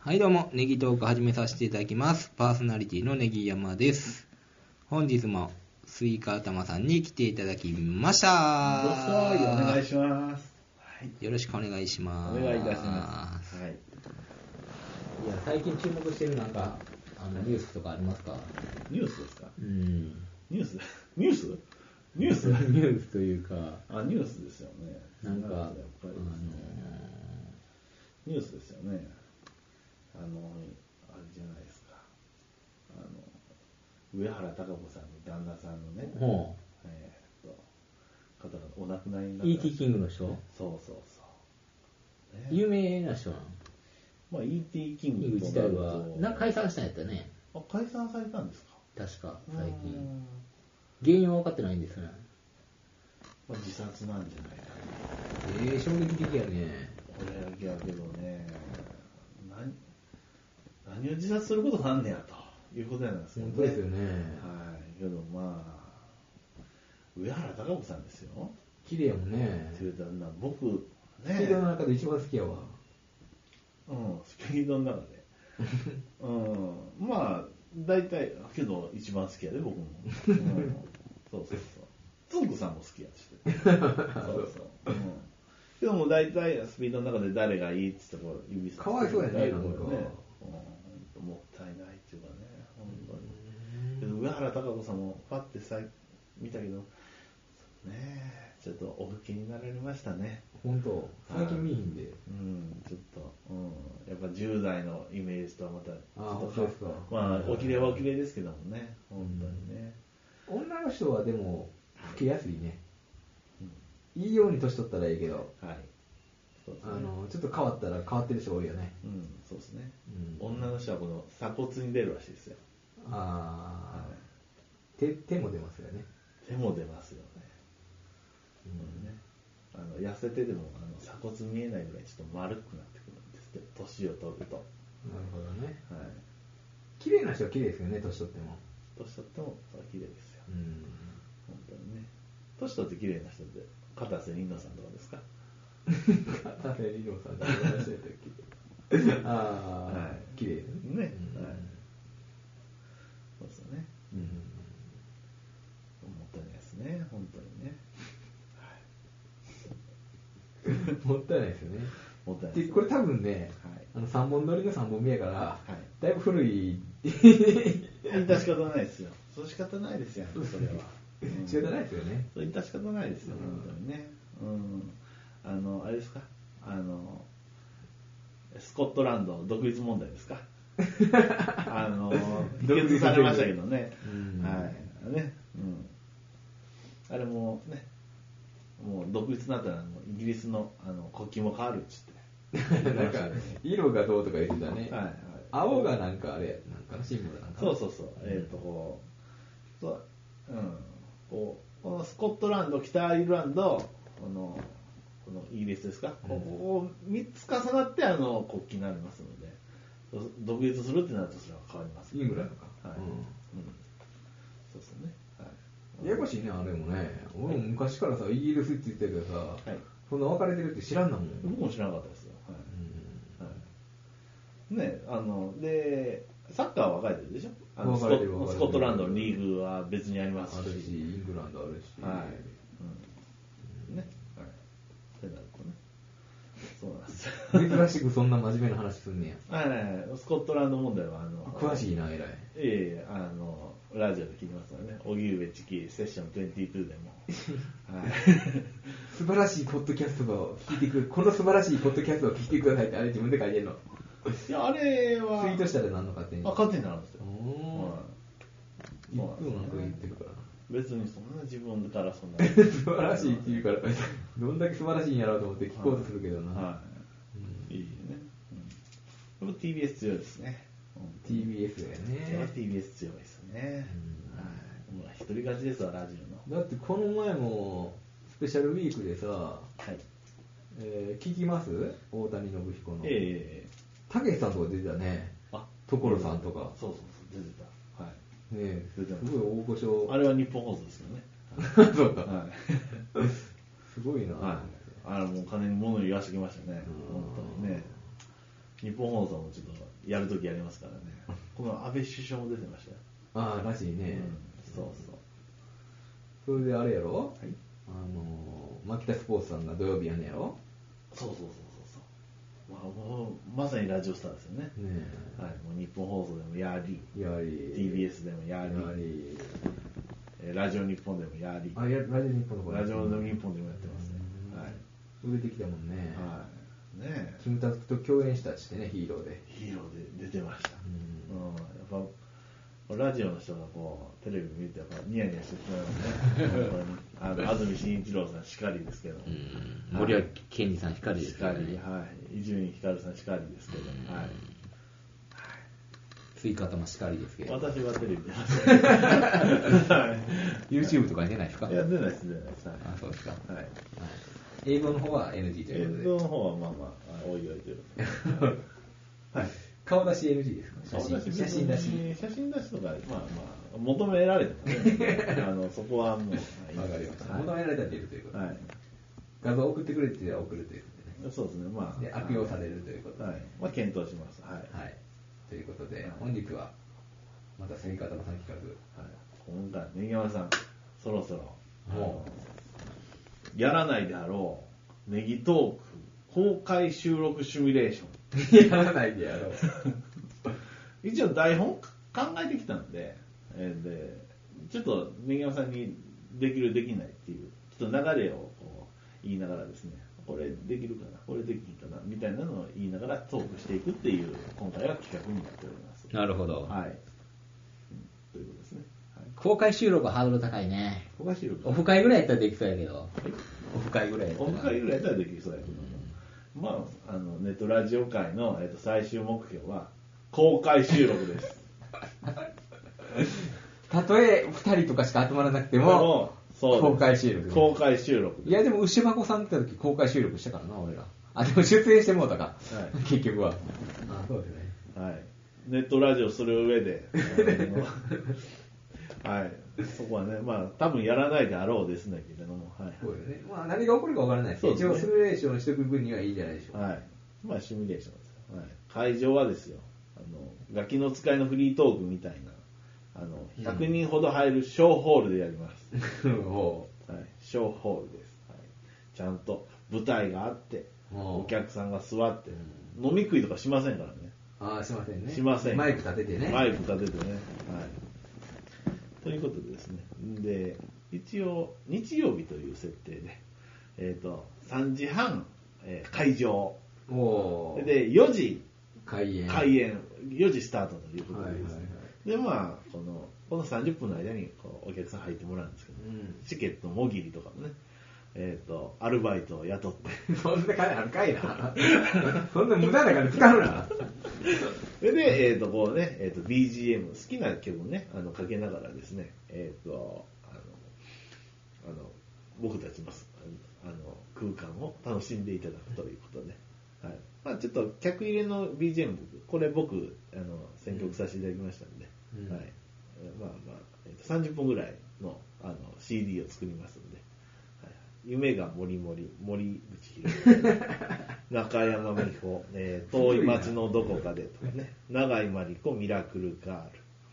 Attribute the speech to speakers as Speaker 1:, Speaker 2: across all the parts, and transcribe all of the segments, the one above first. Speaker 1: はいどうも、ネギトーク始めさせていただきます。パーソナリティのネギ山です。本日もスイカ頭さんに来ていただきました。
Speaker 2: どうぞお願いします。はい。
Speaker 1: よろしくお願いします。
Speaker 2: お願いいたします。は
Speaker 1: い
Speaker 2: い。
Speaker 1: や、最近注目してるなんか、あのニュースとかありますか
Speaker 2: ニュースですか
Speaker 1: うん。
Speaker 2: ニュースニュースニュース
Speaker 1: ニュースというか、
Speaker 2: あ、ニュースですよね。
Speaker 1: なんか、あ
Speaker 2: やっ
Speaker 1: の
Speaker 2: ぱりですね。ニュースですよね。あの、あれじゃないですか。あの、上原孝子さんの旦那さんのね、
Speaker 1: ーほ
Speaker 2: えーっと、方がお亡くなりに
Speaker 1: う、
Speaker 2: なった
Speaker 1: E.T. キングの人
Speaker 2: そうそうそう。ね
Speaker 1: 有名な人なの
Speaker 2: まあ、E.T. キ
Speaker 1: キン
Speaker 2: ン
Speaker 1: グ
Speaker 2: グ
Speaker 1: 自体は、なんか解
Speaker 2: 解
Speaker 1: 散したんやったね。
Speaker 2: あ解散されたんですか
Speaker 1: 確か、最
Speaker 2: う
Speaker 1: 近。
Speaker 2: ん
Speaker 1: 原因は分かってないんですね。
Speaker 2: まあ、自殺なんじゃないかな。
Speaker 1: えー、衝撃的やね。
Speaker 2: これだけやけどね、何何を自殺することがあんねやということなんですけど
Speaker 1: 本
Speaker 2: ね。
Speaker 1: 当ですよね。
Speaker 2: はい。けどまあ、上原孝子さんですよ。
Speaker 1: 綺麗やもんね。
Speaker 2: という旦那、僕、
Speaker 1: ス
Speaker 2: ね
Speaker 1: ピ、ードの中で一番好きやわ。
Speaker 2: うん、スピードの 中で。うん、まあ、大体、けど一番好きやで、僕も。うん、そうそうそう。つんくさんも好きやし。 そうそう。うんけどもう大体スピードの中で誰がいいっつってこう指さして
Speaker 1: かわいそうやね
Speaker 2: 誰が
Speaker 1: なんか
Speaker 2: こうねうんもったいないっていうかね、本当に。けど上原孝子さんもパッてさ、見たけど、ねえ、ちょっとお受けになられましたね。
Speaker 1: 本当。最近見えへんで。
Speaker 2: うん、ちょっと、うん、やっぱ10代のイメージとはまたち
Speaker 1: あ
Speaker 2: ょっ
Speaker 1: そう
Speaker 2: と
Speaker 1: ですか
Speaker 2: まあ、おきれはおきれですけどもね、本当にね。
Speaker 1: 女の人はでも、老けやすいね。
Speaker 2: うん
Speaker 1: いいように年取ったらいいけど、
Speaker 2: はい。そうです
Speaker 1: あ
Speaker 2: ね。
Speaker 1: の、ちょっと変わったら変わってる人多いよね。
Speaker 2: うん、そうですね。
Speaker 1: うん
Speaker 2: 女の人はこの鎖骨に出るらしいですよ。
Speaker 1: あ
Speaker 2: は
Speaker 1: ー、手、手も出ますよね。
Speaker 2: い手も出ますよね。
Speaker 1: うん
Speaker 2: ねあの痩せてでもあの鎖骨見えないぐらいちょっと丸くなってくるんですって、年を取ると。は
Speaker 1: なるほどね。
Speaker 2: い。
Speaker 1: 綺麗な人は綺麗ですよね、年取っても。
Speaker 2: 年取っても、それは綺麗ですよ。
Speaker 1: う ん。
Speaker 2: 本当にね。年取って綺麗な人って、片瀬凛奈さんとかですか
Speaker 1: 片瀬理さんと話してた 時あー、
Speaker 2: は
Speaker 1: 綺麗です
Speaker 2: ね
Speaker 1: うん
Speaker 2: はいそうですよね。もったいないですね、本当にね。
Speaker 1: うんもったいないですよね。
Speaker 2: もったいない
Speaker 1: で、
Speaker 2: です
Speaker 1: これ多分ね、
Speaker 2: はい
Speaker 1: あの3本撮りの3本目やから、
Speaker 2: い
Speaker 1: だいぶ古い、
Speaker 2: 致し方ないですよ。そう仕方ないですよ、それ は。うん
Speaker 1: 仕方ないですよね。
Speaker 2: そう致し方ないですよ、本当にね。うん。あの、あれですかあの、スコットランド独立問題 ですかあの、否決されましたけどね。
Speaker 1: うん
Speaker 2: はい。ね。うん。あれもね、もう独立になったらもうイギリスのあの国旗も変わるっつって。
Speaker 1: なんか、色がどうとか言ってたね。
Speaker 2: はいはい
Speaker 1: 青がなんかあれ、なんかのシンボルなんかな。
Speaker 2: そうそうそう、えっ、とこうそう、うん、こうこのスコットランド北アイルランドこのこのイギリスですか、こここ3つ重なってあの国旗になりますのでど独立するってなるとそれは変わります
Speaker 1: イングランドか。
Speaker 2: はい、
Speaker 1: う
Speaker 2: うんんそうですねはい
Speaker 1: ややこしいね、あれもね。俺も昔からさ、イギリスって言ってたけどさ、
Speaker 2: い
Speaker 1: そんな別れてるって知らんなもん。
Speaker 2: 僕も知らなかったですよ、はい
Speaker 1: うん
Speaker 2: はい、ねあのでサッカーは分かれてるでしょあのスコ
Speaker 1: 分かれてる分かれてる
Speaker 2: スコットランドのリーグは別にあります
Speaker 1: あるし、
Speaker 2: し
Speaker 1: イングランドあるし。
Speaker 2: はい。ね。はい。ってなるとね。そうなんですよ。
Speaker 1: 珍しくそんな真面目な話すんねや。
Speaker 2: はいはいはい。スコットランド問題は、あの、
Speaker 1: 詳
Speaker 2: い。
Speaker 1: しいな、偉い。
Speaker 2: ええあの、ラジオで聞きますからね。荻上チキセッション22で も。はい。
Speaker 1: 素晴らしいポッドキャストを聞いてくる、この素晴らしいポッドキャストを聞いてくださいって、あれ自分で書いてんの。
Speaker 2: いや、あれ
Speaker 1: ツイ
Speaker 2: は、
Speaker 1: ートしたらなんの勝手に。
Speaker 2: あ、勝手になるんですよ。
Speaker 1: お
Speaker 2: は
Speaker 1: ー。
Speaker 2: い
Speaker 1: 1
Speaker 2: そう
Speaker 1: 分
Speaker 2: な
Speaker 1: なんんか
Speaker 2: です
Speaker 1: 言っ
Speaker 2: ね
Speaker 1: てるから。
Speaker 2: 別にそんな自分からそんな。
Speaker 1: 素晴らしいって言うから、どんだけ素晴らしいんやろうと思って聞こうとするけどな。
Speaker 2: はい。いいね。うん。やっぱ TBS 強いですね。うん、
Speaker 1: TBS や
Speaker 2: それは
Speaker 1: ね。
Speaker 2: TBS 強いですね。はい。もう一人勝ちですわ、ラジオの。
Speaker 1: だってこの前も、スペシャルウィークでさ、
Speaker 2: はい。
Speaker 1: えー聞きます大谷信彦の。
Speaker 2: ええ
Speaker 1: たけしさんとか出てたね。
Speaker 2: あ、
Speaker 1: 所さんとか。
Speaker 2: そうそうそう、出てた。はい。
Speaker 1: ねえ、
Speaker 2: 出てます
Speaker 1: すごい大御所。
Speaker 2: あれは日本放送ですよね。
Speaker 1: そうか。
Speaker 2: は
Speaker 1: すごい
Speaker 2: い。
Speaker 1: な。
Speaker 2: はい。あれもう完全に物言わしてきましたね。
Speaker 1: うん
Speaker 2: 本当にね。日本放送もちょっとやるときやりますからね。 この安倍首相も出てましたよ。
Speaker 1: ああらしいね、
Speaker 2: うんそうそう。
Speaker 1: それであれやろ、
Speaker 2: はい
Speaker 1: あのーマキタスポーツさんが土曜日やねやろ
Speaker 2: そうそうそうそうそう。まあもう、まさにラジオスターですよね。
Speaker 1: ね
Speaker 2: はい、もう日本放送でもやり、
Speaker 1: えやはり
Speaker 2: TBS でもや
Speaker 1: や
Speaker 2: り、
Speaker 1: はり
Speaker 2: えーラジオ日本でもやり、
Speaker 1: あいやラジオ日本の方
Speaker 2: ラジオ日本でもやってますね。
Speaker 1: 売れてきたもんね、
Speaker 2: はい。はい。ねえ
Speaker 1: キムタクと共演したりしてねヒーローで
Speaker 2: ヒーローで出てました。
Speaker 1: う
Speaker 2: うん、やっぱラジオの人がこうテレビ見てやっぱニヤニヤしてくれ るね本当にあの安住紳一郎さんしかりですけども
Speaker 3: うん森脇健児さん光で
Speaker 2: し
Speaker 3: す
Speaker 2: か
Speaker 3: よ
Speaker 2: り
Speaker 3: ね。
Speaker 2: はい伊集院光さんしかりですけどもはい
Speaker 3: スイカ頭光ですけど。
Speaker 2: 私はテレビ出ま せんは
Speaker 3: YouTube とかに出ないですか
Speaker 2: いいや出ないです出ないですは、
Speaker 3: あ、そうですか。はい
Speaker 2: はい、
Speaker 3: い映像の方は NG とい
Speaker 2: 映
Speaker 3: う
Speaker 2: 像
Speaker 3: こ
Speaker 2: の方はまあまあおいおいということで
Speaker 3: とで。
Speaker 2: はい
Speaker 3: 顔出し NG ですか写真写真出し。
Speaker 2: 写真出しとかまあまあ求められてま すねあのそこはもうはい
Speaker 1: わかりました
Speaker 2: はい
Speaker 1: 求められたら出るということで
Speaker 2: はい
Speaker 1: 画像送ってくれって言えば送るということでね
Speaker 2: そうですね、まあ。
Speaker 1: で悪用されるということで、
Speaker 2: はい。まあ、検討します。はい。はい。
Speaker 1: はい、ということで、本日はまた杉方の3企画、
Speaker 2: 今回、根際さん、そろそろ、
Speaker 1: も
Speaker 2: やらないであろう、ネギトーク、公開収録シミュレーショ
Speaker 1: う、やらないでや ろう。
Speaker 2: ン。一応、台本考えてきたんで、えーで、ちょっと根際さんにできる、できないっていう、ちょっと流れをこう言いながらですね、これできるかな、これできんかな、みたいなのを言いながらトークしていくっていう、今回は企画になっております。
Speaker 3: なるほど。
Speaker 2: はい。うんということですね。はい
Speaker 3: 公開収録はハードル高いね。
Speaker 2: おかしいよ。
Speaker 3: オフ会ぐらいやったらできそうやけど。オフ会ぐらいやった
Speaker 2: オ
Speaker 3: ら。
Speaker 2: フ会ぐらいやったらできそうやけども、まあ、あのネットラジオ界の、えっと、最終目標は公開収録です。
Speaker 1: たとえ2人とかしか集まらなくて
Speaker 2: で
Speaker 1: も、
Speaker 2: そうです
Speaker 1: 公開収録
Speaker 2: 公開収録
Speaker 1: い
Speaker 2: です。
Speaker 1: やでも牛箱さんって時公開収録したからな、俺ら。あ、でも出演してもうたか、
Speaker 2: い
Speaker 1: 結局は。あ、そうですね。
Speaker 2: はい。ネットラジオする上 で、あのはい。そこはね、まあ、多分やらないであろうですね、けれども、はい。
Speaker 1: そうですね。まあ何が起こるかわからないですけど、
Speaker 2: そ
Speaker 1: 一応
Speaker 2: うです
Speaker 1: ス
Speaker 2: ね
Speaker 1: ミュレーションしとく分にはいいんじゃないでしょうか。
Speaker 2: はい。まあ、シミュレーションですよ。はい。会場はですよ、あの、ガキの使いのフリートークみたいな、あの、100人ほど入る小ホールでやります。
Speaker 1: も
Speaker 2: はい。小ホールです。はい。ちゃんと舞台があって、
Speaker 1: うん
Speaker 2: お客さんが座って、飲み食いとかしませんからね。
Speaker 1: う、あーしませんね。
Speaker 2: しません。
Speaker 1: マイク立ててね。
Speaker 2: マイク立ててね。はい。ということでですね。で、一応、日曜日という設定で、えっ、と、3時半、えー会場。
Speaker 1: もう、
Speaker 2: で、4時
Speaker 1: 開演。
Speaker 2: 開演、4時スタートということでですね。
Speaker 1: は
Speaker 2: で、まあ、この、この30分の間にこうお客さん入ってもらうんですけど、
Speaker 1: うん
Speaker 2: チケットもぎりとかもね、えっ、と、アルバイトを雇って、
Speaker 1: そんな金あるかい な。そんな無駄な金使うな。
Speaker 2: それで、えっ、と、こうね、えっ、と、BGM、好きな曲をね、あの、かけながらですね、えっ、と、あの、あの、僕たちの、あの、あの空間を楽しんでいただくということで、はい。まあ、ちょっと、客入れの BGM、これ僕、あの、選曲させていただきましたんで、
Speaker 1: うん
Speaker 2: はい。えーまあまあ、えーと30分ぐらいのあの CD を作りますんで、はい夢がもりもり、森口博子中山美穂、えー遠い町のどこかでとかね、長井真理子、ミラクルガー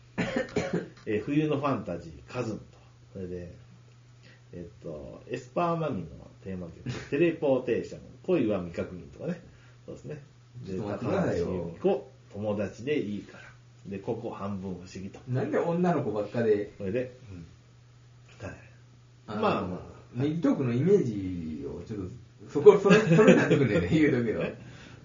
Speaker 2: ル、えー冬のファンタジー、カズンと、それで、えっと、エスパーマミのテーマ曲、テレポーテーション、恋は未確認とかね、そうですね。で、
Speaker 1: ちょっと待ってく
Speaker 2: 高
Speaker 1: だ
Speaker 2: 橋
Speaker 1: さいよ
Speaker 2: 由美子、友達でいいから。で、ここ半分不思議と。
Speaker 1: なんで女の子ばっかで、
Speaker 2: これで、はい。
Speaker 1: の
Speaker 2: まあまあ
Speaker 1: ネギトークのイメージをちょっと、そこ、それ、それになってくるね、言うとくけど。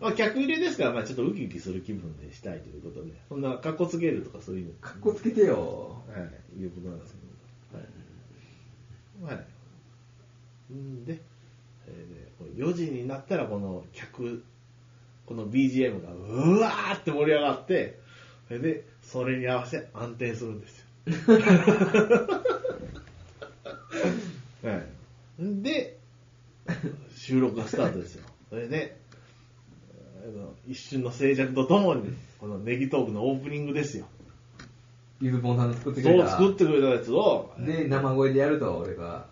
Speaker 2: まあ、客入れですから、まあ、ちょっとウキウキする気分でしたいということで、そんな、かっこつけるとかそういうの、
Speaker 1: かっこつけてよ。
Speaker 2: はい、いうことなんですけど、はい。はい。んで、えーで4時になったら、この客、この BGM が、うわーって盛り上がって、それで、それに合わせて暗転するんですよ。はい。で、収録がスタートですよ。それで、あの一瞬の静寂とともに、このネギトークのオープニングですよ。
Speaker 1: ゆずぽんさんの作ってくれ
Speaker 2: そう
Speaker 1: た。
Speaker 2: 作ってくれたやつを、
Speaker 1: で、生声でやると、俺が。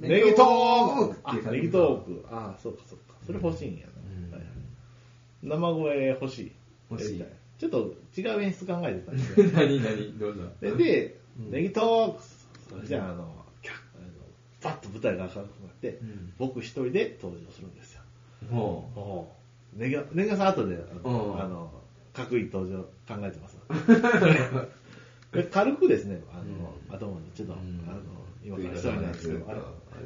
Speaker 2: ネ
Speaker 1: っ
Speaker 2: ギトーク
Speaker 1: ていう
Speaker 2: あ
Speaker 1: 感じ
Speaker 2: ネギトーク。ああ、そうかそうか。それ欲しいんや
Speaker 1: うん
Speaker 2: な。はいはい生声欲しい。
Speaker 1: 欲しい。
Speaker 2: ちょっと違う演出考えてたんですよ。
Speaker 1: 何何どうぞ。
Speaker 2: で、で
Speaker 1: うん
Speaker 2: ネギトークじゃあ、あの、キャッあのパッと舞台が明るくなって
Speaker 1: うん、
Speaker 2: 僕一人で登場するんですよ。
Speaker 1: も
Speaker 2: ネギネギさん後で、あ
Speaker 1: う
Speaker 2: の、
Speaker 1: ん
Speaker 2: あのかっこいい登場考え てます。で軽くですね、あの、頭にちょっと、
Speaker 1: うん
Speaker 2: あの、今から一人なんですけど、
Speaker 1: うん
Speaker 2: あれ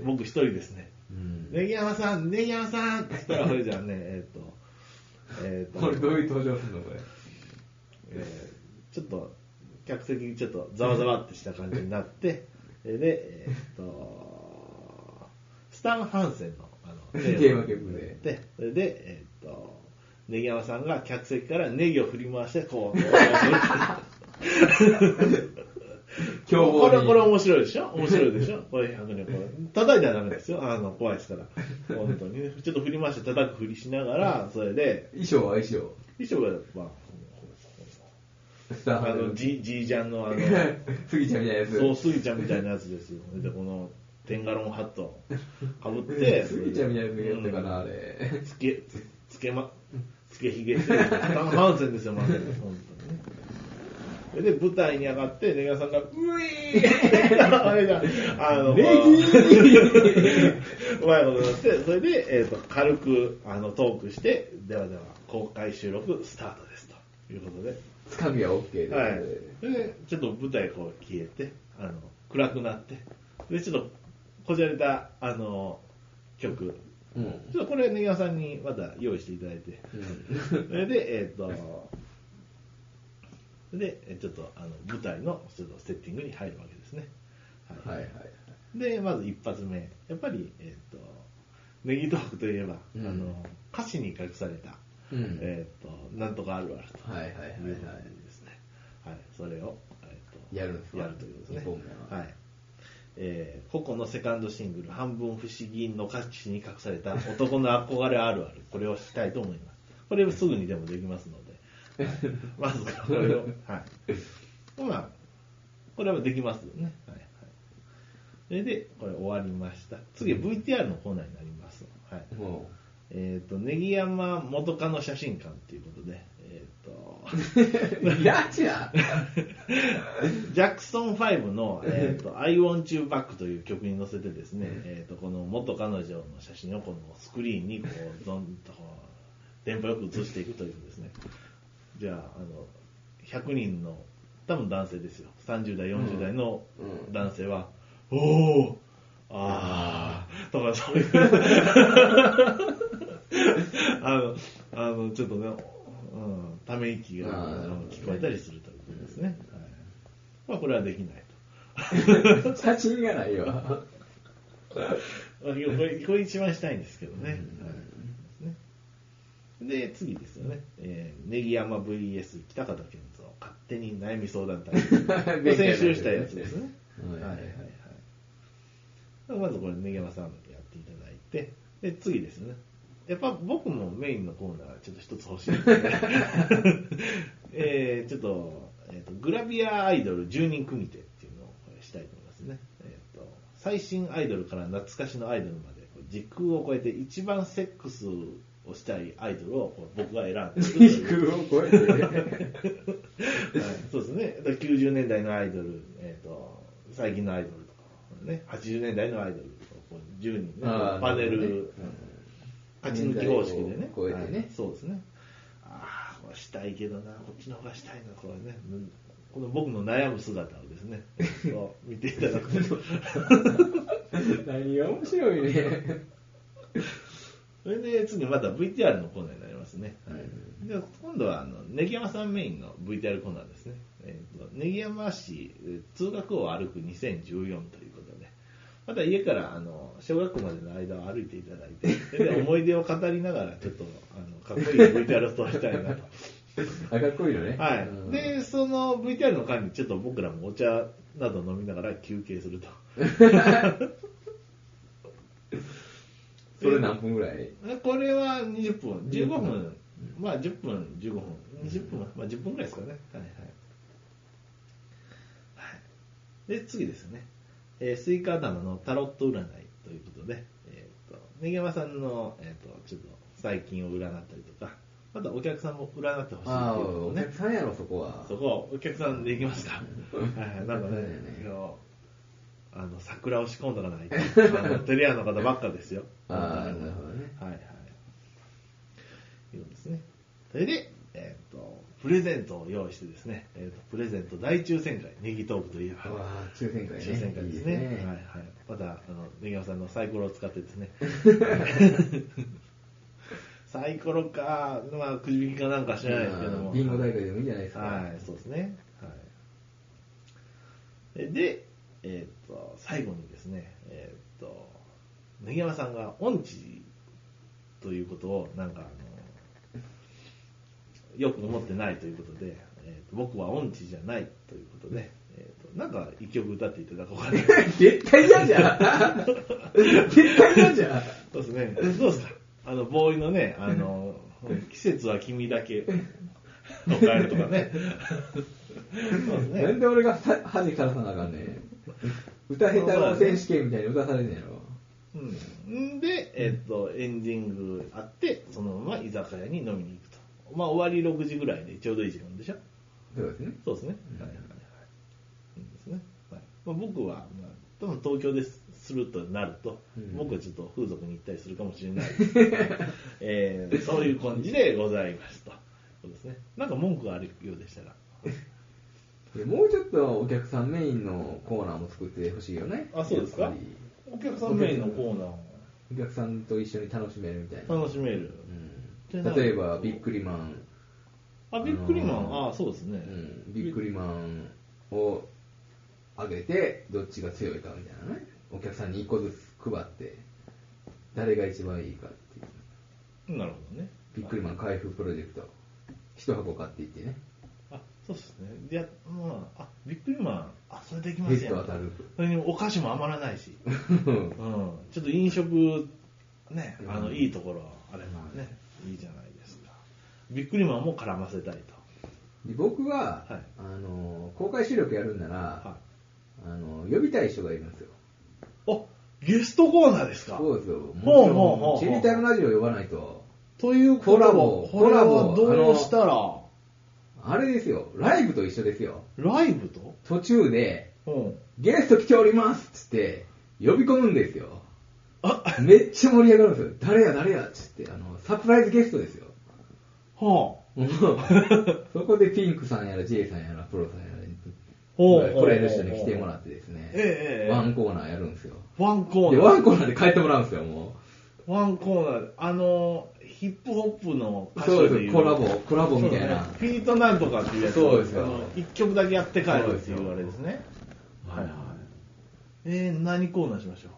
Speaker 2: 僕一人ですね。
Speaker 1: う、うん。
Speaker 2: ネギ山さん、ネギ山さんって言ったら、ほれじゃあね、えっと、 えっと、
Speaker 1: これどういう登場するのこれ。
Speaker 2: えーちょっと客席にちょっとざわざわってした感じになって、 えーで、えーっと、スタン・ハンセンのあ の
Speaker 1: テーマ曲で
Speaker 2: で、それで、えーっと、ネギ山さんが客席からネギを振り回して、こ う、こう
Speaker 1: 凶暴に
Speaker 2: これ、これ面白いで しょ面白いでしょこれ、100これ、叩いたらダメですよ。あの、怖いですから。本当にね。ちょっと振り回して叩く振りしながら、それで、
Speaker 1: 衣装は衣装。
Speaker 2: 衣装が、まあ、
Speaker 1: スタ
Speaker 2: あの、
Speaker 1: ッフ。
Speaker 2: じじいちゃんのあの、
Speaker 1: スギちゃんみたいなやつ。
Speaker 2: そう、スギちゃんみたいなやつですよ。で、この、テンガロンハットかぶって、
Speaker 1: スギちゃんみたいなやつやったか
Speaker 2: うん
Speaker 1: ら、あれ。
Speaker 2: つけ、つつけ ま、つけひげしてる、ハンセンですよ、マンセン。本当にね。で、舞台に上がって、ネガさんが、うぃ ーあれが、あの、
Speaker 1: レ
Speaker 2: こ
Speaker 1: ギ
Speaker 2: ううまいことになって、それで、えっ、と、軽く、あの、トークして、ではでは、公開収録スタートです、ということで。
Speaker 1: つかみは OK で。
Speaker 2: はい。で、ちょっと舞台こう消えて、あの、暗くなって、で、ちょっと、こじられた、あの、曲。
Speaker 1: うん。
Speaker 2: ちょっとこれ、ネギワさんにまた用意していただい て。
Speaker 1: うん。
Speaker 2: それで、えっ、と、で、えちょっと、あの、舞台の、ちょっとセッティングに入るわけですね。
Speaker 1: はいはい。
Speaker 2: で、まず一発目。やっぱり、えっ、と、ネギトークといえば、
Speaker 1: うん
Speaker 2: あの、歌詞に隠された、
Speaker 1: うん。
Speaker 2: えっ、と、なんとかあるあると。
Speaker 1: はいはいはいはい。
Speaker 2: ですね。はい、それを、えっと
Speaker 1: やるんですか
Speaker 2: やるということです
Speaker 1: 二
Speaker 2: ね
Speaker 1: 本目。は
Speaker 2: はい。えー、ココのセカンドシングル、半分不思議の歌詞に隠された男の憧れあるある、これをしたいと思います。これをすぐにでもできますので、はいまずこれを、はい。まあ、これはできますよね。はい、はい。それで、これ終わりました。次、VTR のコーナーになります。はい。
Speaker 1: も
Speaker 2: えっ、と、ネギ山元カノ写真館ということで、えっ、と、
Speaker 1: う。 ガチや
Speaker 2: ジャクソン5の「えー、と I Want You Back」という曲に乗せてですね、えー、とこの元彼女の写真をこのスクリーンにこうどんとこう電波よく映していくというですねじゃああの100人の多分男性ですよ30代40代の
Speaker 1: うん
Speaker 2: 男性は「おおああ」とかそう いう。あの、あの、ちょっとね、うん、ため息が
Speaker 1: あーなるほどね
Speaker 2: 聞こえたりするということですね。はいまあ、これはできない
Speaker 1: 写真がないわ。
Speaker 2: と。まあこれ、これ一番したいんですけどね。はいで、次ですよね。えー、ネギ山 VS 北方健三、勝手に悩み相談 対
Speaker 1: 勉強になる
Speaker 2: 決。
Speaker 1: ね
Speaker 2: 先週したやつですね。
Speaker 1: はい
Speaker 2: はいはいはい。まずこれ、ネギ山さんやっていただいて、で、次ですよね。やっぱ僕もメインのコーナー、ちょっと一つ欲しいですね。えー、ちょっと、えーと、グラビアアイドル10人組手っていうのをこれしたいと思いますね。えー、と最新アイドルから懐かしのアイドルまで、こう時空を超えて一番セックスをしたいアイドルをこう僕が選んでいくと
Speaker 1: 時
Speaker 2: いう、
Speaker 1: 空を超えて。
Speaker 2: はいそうですね。だから90年代のアイドル、えー、と最近のアイドルとか、ね、80年代のアイドルとか、こう10人、ね、
Speaker 1: あー
Speaker 2: パネル、勝ち抜き方式でね。
Speaker 1: 年代を超えてね
Speaker 2: はいそうですね。ああ、これしたいけどな、こっちの方がしたいな、これね。うんこの僕の悩む姿をです ね、こう見ていただくと。
Speaker 1: 何が面白いね。
Speaker 2: それで次また VTR のコーナーになりますね。
Speaker 1: はい
Speaker 2: で今度はあのネギ山さんメインの VTR コーナーですね。えーとネギ山市えー通学を歩く2014ということで、また家からあの小学校までの間を歩いていただいて、それで思い出を語りながらちょっとあのかっこいい VTR を通したい なと。
Speaker 1: あ、かっこいいのね。
Speaker 2: はい
Speaker 1: うん、
Speaker 2: で、その VTR の間にちょっと僕らもお茶など飲みながら休憩すると。
Speaker 1: それ何分ぐらい
Speaker 2: でこれは20分、15分、まあ10分、15分、20分は、まあ10分ぐらいですかね。はいはい。はい、で、次ですよね。えースイカ頭のタロット占いということで、えー、と、ネギ山さんの、えー、と、ちょっと最近を占ったりとか、ただお客さんも占ってほしい
Speaker 1: あ
Speaker 2: っ
Speaker 1: あ、
Speaker 2: ていうの
Speaker 1: お
Speaker 2: をね
Speaker 1: 客さんやろ、そこは。
Speaker 2: そこはお客さんで行きましたはいなので、
Speaker 1: そうだよね
Speaker 2: あのあの桜を仕込んど かないとあの照屋の方ばっかですよ
Speaker 1: ああ
Speaker 2: はい
Speaker 1: なるほどね
Speaker 2: はいはいいうんですねそれでえっ、とプレゼントを用意してですね、えー、とプレゼント大抽選会ネギトークといえば
Speaker 1: うわあ抽選会ね。
Speaker 2: 抽選会ですね
Speaker 1: いい
Speaker 2: はいはい、またあの根際さんのサイコロを使ってで すねサイコロか、まあ、くじ引きかなんか知らないですけど
Speaker 1: あ
Speaker 2: も
Speaker 1: あビンゴ大会でもいいんじゃないですか。
Speaker 2: はいそうですね、はい、で、えーっと最後にですねえーっと根際さんが音痴ということをなんかあのよく思ってないということで、えーと僕は音痴じゃないということで、えーとなんか一曲歌っていただこうか な
Speaker 1: 絶対嫌じゃん絶対嫌じゃん
Speaker 2: そうですねどうですかあのボーイのねあの「季節は君だけ」を変えるとかねそうです
Speaker 1: なんで俺がさ恥さらさなあかんねん。歌下手の選手権みたいに歌されんねやろ。
Speaker 2: うん、で、えっと、エンディングあって、そのまま居酒屋に飲みに行くと。まあ、終わり6時ぐらいでちょうどいい時間でしょ
Speaker 1: そうですね。
Speaker 2: そうですね。はいはいはい。いいんですね。はいまあ、僕は、まあ、多分東京ですするとなると、
Speaker 1: うん
Speaker 2: 僕はちょっと風俗に行ったりするかもし れない ですけど、えーそういう感じでございますと。そうですね。なんか文句があるようでしたら。
Speaker 1: でもうちょっとお客さんメインのコーナーも作ってほしいよね。
Speaker 2: あそうですか
Speaker 1: やっぱり
Speaker 2: お客
Speaker 1: さんメインのコ
Speaker 2: ーナー
Speaker 1: お客さんと一緒に楽しめるみたいな。
Speaker 2: 楽しめる。
Speaker 1: うん例えば、ビックリマン、
Speaker 2: あ、びっくりマン、
Speaker 1: あのー
Speaker 2: あそうです
Speaker 1: う
Speaker 2: ね。
Speaker 1: ん、ビックリマンを上げて、どっちが強いかみたいなね。お客さんに1個ずつ配って、誰が一番いいかっていう。
Speaker 2: なるほどね。
Speaker 1: ビックリマン開封プロジェクト、一箱買っていってね。
Speaker 2: あ、そうですね。いや、まあ、あ、ビックリマン、あ、それできま
Speaker 1: ヘ
Speaker 2: す
Speaker 1: ッ
Speaker 2: よ
Speaker 1: ド。当たる。
Speaker 2: それにお菓子も余らないし、うん、
Speaker 1: うん
Speaker 2: ちょっと飲食、ね、あの、
Speaker 1: うん
Speaker 2: いいところ、あればね、いいじゃないですか。ビックリマンも絡ませたいと。
Speaker 1: で僕は、
Speaker 2: はい
Speaker 1: あの公開収録やるんなら、
Speaker 2: は
Speaker 1: あの呼びたい人がいるんですよ。
Speaker 2: い。お、ゲストコーナーですか
Speaker 1: そうですよ。も
Speaker 2: ほ
Speaker 1: ち
Speaker 2: うほうほう
Speaker 1: ろん、チリタイムラジオ呼ばないと。
Speaker 2: ということ
Speaker 1: コラボ
Speaker 2: はこれは
Speaker 1: コラボ
Speaker 2: どうしたら、
Speaker 1: あれですよ、ライブと一緒ですよ。
Speaker 2: ライブと
Speaker 1: 途中で、
Speaker 2: うん。
Speaker 1: ゲスト来ておりますっつって、呼び込むんですよ。
Speaker 2: あ、
Speaker 1: めっちゃ盛り上がるんですよ。誰や誰やっつって、あの、サプライズゲストですよ。
Speaker 2: はあ。
Speaker 1: もうそこでピンクさんやら J さんやらプロさんやらに
Speaker 2: ほうほうほうほう
Speaker 1: これの人に来てもらってですね、
Speaker 2: ええ
Speaker 1: ワンコーナーやるんですよ。
Speaker 2: ワンコー
Speaker 1: で、
Speaker 2: ナー。
Speaker 1: ワンコーナーで帰ってもらうんですよ、も
Speaker 2: ワンコーナーで、あの、ヒップホップの
Speaker 1: う。
Speaker 2: 歌
Speaker 1: そ
Speaker 2: 手
Speaker 1: う
Speaker 2: で
Speaker 1: で
Speaker 2: い
Speaker 1: す、
Speaker 2: う
Speaker 1: コラボ、コラボみたいな
Speaker 2: そう。ね、ピートなんとかっていうやつ
Speaker 1: そうですよ
Speaker 2: あの一曲だけやって帰るっていうあれです
Speaker 1: そ
Speaker 2: ね
Speaker 1: うですよ
Speaker 2: はいはいえー、何コーナーしましょ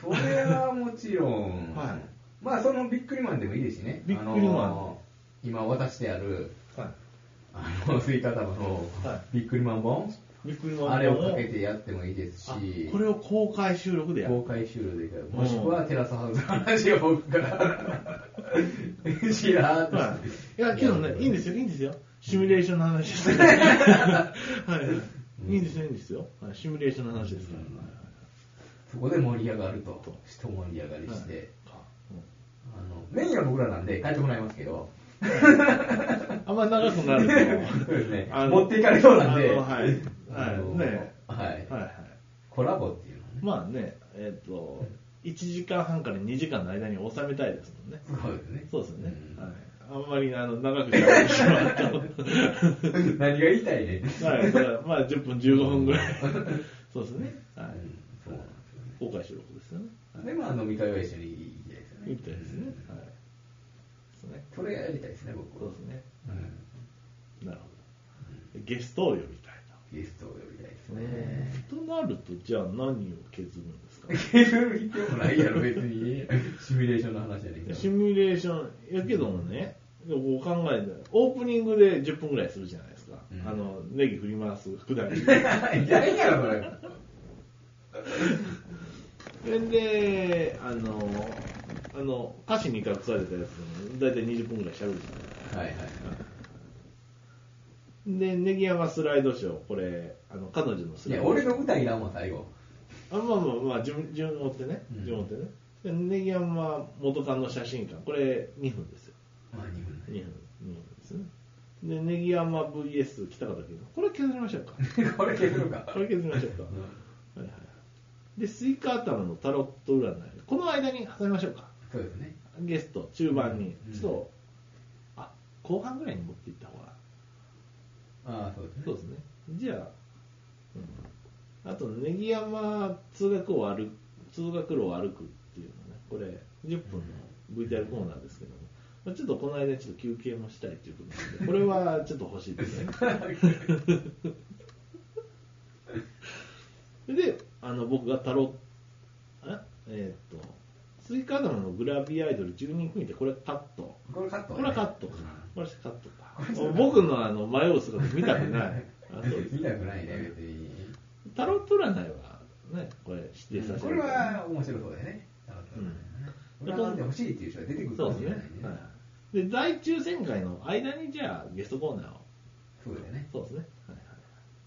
Speaker 1: それはもちろん
Speaker 2: うは
Speaker 1: まあ、そのビックリマンでもいいですしね。
Speaker 2: ビックリマン
Speaker 1: あの今渡してある、
Speaker 2: いは
Speaker 1: あの、スイカ玉の
Speaker 2: は
Speaker 1: ビックリマン本、
Speaker 2: いびっくりマン
Speaker 1: あれをかけてやってもいいです
Speaker 2: あ
Speaker 1: し、
Speaker 2: これを公開収録でや
Speaker 1: 公
Speaker 2: る
Speaker 1: 開収録でいいから、もしくはテラスハウスの話を僕から、しらーっと
Speaker 2: は
Speaker 1: して
Speaker 2: い、いやけどねいいんですよいいんですよシミュレーションの話ですから、はい、いいんですよいいんですよはいシミュレーションの話ですから、
Speaker 1: そこで盛り上がると、人盛り上がりして、あの、メインは僕らなんで帰ってもらいますけど、
Speaker 2: はいあんま長く なると
Speaker 1: そうですね
Speaker 2: あの
Speaker 1: 持っていかれそうなんで、
Speaker 2: あのはいはい
Speaker 1: あの
Speaker 2: ね
Speaker 1: はい
Speaker 2: はいはい
Speaker 1: コラボっていうのね、
Speaker 2: まあね、えっ、と、1時間半から2時間の間に収めたいですもんね。
Speaker 1: そうですね。
Speaker 2: そうですよね。
Speaker 1: ん
Speaker 2: はい、あんまりあの長く喋ってしまうと。
Speaker 1: 何が言いたいね。
Speaker 2: はい、だからまあ10分15分ぐらい。そうですね。はい。
Speaker 1: そうなんで
Speaker 2: 公開収録ですよね。
Speaker 1: すよね。で、まあ飲み会は一緒に行きたいですよね。
Speaker 2: みたいですね。
Speaker 1: う
Speaker 2: は
Speaker 1: ん
Speaker 2: い。そうですね。
Speaker 1: それがやりたいですね、僕
Speaker 2: そう
Speaker 1: は
Speaker 2: です。ね。
Speaker 1: うん
Speaker 2: なるほど。ゲストを呼びたい
Speaker 1: ゲストを呼びたいです
Speaker 2: と。
Speaker 1: ね。
Speaker 2: となると、じゃあ何を削るんですか
Speaker 1: ゲスト行ってもないやろ、別に。 シミュレーションの話じゃないから
Speaker 2: シミュレーション、やけどもね、こう考えて、オープニングで10分ぐらいするじゃないですか。
Speaker 1: うん
Speaker 2: あの、ネギ振り回すくだ り。
Speaker 1: いやいやろ、これ。
Speaker 2: それで、あの、あの、歌詞に隠されたやつでも、だいたい20分ぐらい喋るじゃないですか。
Speaker 1: はいはい。
Speaker 2: で、ネギ山スライドショー、これ、あの、彼女のス
Speaker 1: い
Speaker 2: ライ
Speaker 1: や、
Speaker 2: ド
Speaker 1: 俺
Speaker 2: ショー。
Speaker 1: の歌いらんわ、最後。
Speaker 2: あまあまあまあ、自分、自分持ってね。
Speaker 1: うん
Speaker 2: 自分持ってね。でネギ山元カノの写真館、これ2分ですよ。
Speaker 3: まあ2分
Speaker 2: 2分2分ですねでネギ山 VS 北方君これ削りましょうか
Speaker 1: これ削るか
Speaker 2: これ削りましょうか、はいはい、でスイカ頭のタロット占いこの間に挟みましょうか
Speaker 1: そうですね
Speaker 2: ゲスト中盤に、
Speaker 1: うん
Speaker 2: ちょっとあ後半ぐらいに持っていった方が
Speaker 1: ああそうですね
Speaker 2: そうですねじゃあ、うんあとネギ山通学を歩く通学路を歩くっていうのねこれ10分の VTR コーナーですけども、まあ、ちょっとこの間ちょっと休憩もしたいということなんでこれはちょっと欲しいですね であの僕がタロッえーっとスイカ頭のグラビアアイドル10人組ってこれカット
Speaker 1: これカット
Speaker 2: これはカット。
Speaker 1: う
Speaker 2: これカットか。 僕のあの迷う姿見たくない。 あそうんです
Speaker 1: 見たくないね別に
Speaker 2: タロット占いはね、これ指定させて
Speaker 1: これは面白そうだよね
Speaker 2: うん
Speaker 1: 俺はなんで欲しいっていう人が出てくるか
Speaker 2: そう
Speaker 1: も
Speaker 2: で
Speaker 1: し
Speaker 2: すね
Speaker 1: れないね。
Speaker 2: はいで、大抽選会の間にじゃあゲストコーナーを。
Speaker 1: そうだよね
Speaker 2: そうですね。はいはい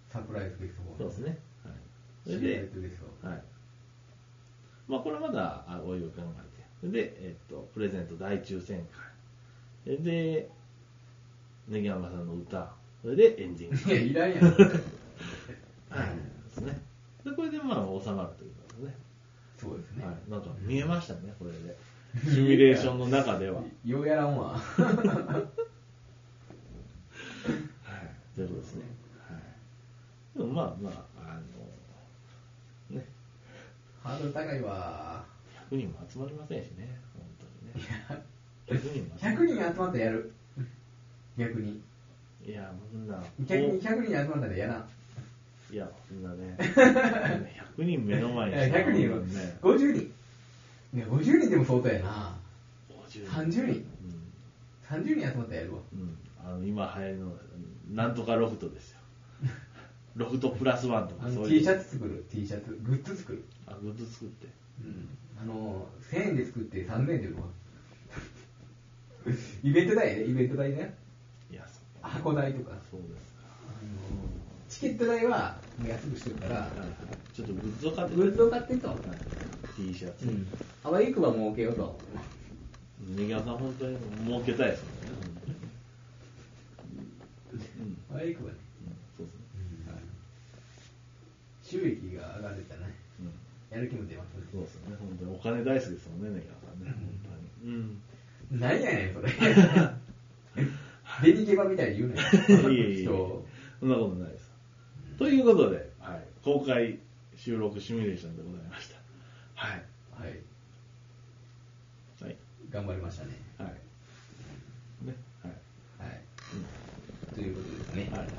Speaker 1: サプライズゲストボー
Speaker 2: そうですね。はい。それ
Speaker 1: シークレ
Speaker 2: で
Speaker 1: ッ、トゲスト
Speaker 2: はい。まあ、これまだあおいおい考えて。で、えっと、プレゼント大抽選会。で、ネギ山さんの歌。それでエンディング。
Speaker 1: いやいらんやん
Speaker 2: はい、ですね。で、これでまあ収まるということですね。
Speaker 1: そうですね
Speaker 2: はい、なんか見えましたね、これで。 シミュレーションの中では。はい、
Speaker 1: ようやらんわ
Speaker 2: ということですね。はい。でもまあまあ、あの、ね、
Speaker 1: ハードル高いわ
Speaker 2: 100人も集まりませんしね、本当にね。100人も集ま
Speaker 1: 100人集まったらやる逆に
Speaker 2: いや、そんな、
Speaker 1: 逆に100人集まったらやらん
Speaker 2: いや、そんな ね、100人目の前に
Speaker 1: 100人は
Speaker 2: ね、
Speaker 1: 50人いや50人でも相当やな
Speaker 2: 50
Speaker 1: 30人
Speaker 2: うん
Speaker 1: 30人集まったらやるわ
Speaker 2: うん、あの今流行りのなんとかロフトです よロフトプラスワンと
Speaker 1: あ
Speaker 2: かそ
Speaker 1: の
Speaker 2: う
Speaker 1: T
Speaker 2: いう
Speaker 1: シャツ作る T シャツグッズ作る
Speaker 2: あグッズ作って
Speaker 1: うんあの1000円で作って3000円で売るわ イベント代ねイベント代ね
Speaker 2: いやそうか
Speaker 1: 箱代とか
Speaker 2: そうですか
Speaker 1: あのチケット代はもう安くしてるか
Speaker 2: は
Speaker 1: ら
Speaker 2: いはいちょっとグッズを買って
Speaker 1: グッズを買ってと、
Speaker 2: はい T シャツ、
Speaker 1: あわゆくば儲けようと
Speaker 2: ネギワさん本当に儲けたいですもんねうん、うん、
Speaker 1: あわゆくばね
Speaker 2: そうですね、はい
Speaker 1: 収益が上がるじゃない
Speaker 2: うん、
Speaker 1: やる気も出ますね
Speaker 2: そうですよね本当にお金大好きですもんねネギワさんね本当にうん
Speaker 1: 何やねんそれデニゲバみたいに言うなよ
Speaker 2: いえいえ
Speaker 1: 人を
Speaker 2: そんなことないです。ということで、はい、公開収録シミュレーションでございました。はい。
Speaker 1: はい
Speaker 2: はい。
Speaker 1: 頑張りましたね
Speaker 2: はい。ね。はい。
Speaker 1: はい、ということですね
Speaker 2: はい。は
Speaker 1: は
Speaker 2: い。
Speaker 1: い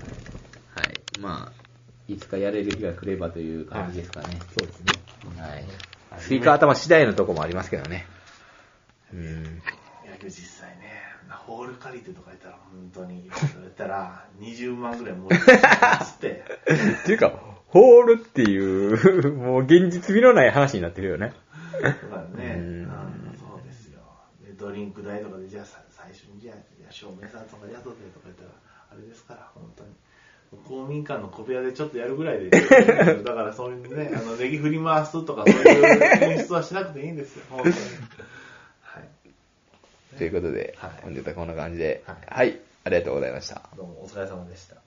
Speaker 1: まあいつかやれる日が来ればという感じですかね
Speaker 2: そうですね。
Speaker 1: はい
Speaker 2: はい
Speaker 1: スイカ頭次第のとこもありますけどねうん
Speaker 2: いや、けど実際ね、ホール借りてとか言ったら、本当に、それ言ったら、20万ぐらい持ってきたっつって、
Speaker 4: っていうか、ホールっていう、もう現実味のない話になってるよね。
Speaker 2: だからね、
Speaker 4: う
Speaker 2: うんん、そうですよ。で、ドリンク代とかで、じゃあさ最初に、じゃあ、じゃあ照明さんとか雇ってとか言ったら、あれですから、本当に。公民館の小部屋でちょっとやるぐらいで、だからそういうね、あの、ネギ振り回すとか、そういう演出はしなくていいんですよ、本当に。はい。
Speaker 4: ということで、
Speaker 2: はい
Speaker 4: 本日はこんな感じで、
Speaker 2: はい
Speaker 4: はい、ありがとうございました。
Speaker 2: どうもお疲れ様でした。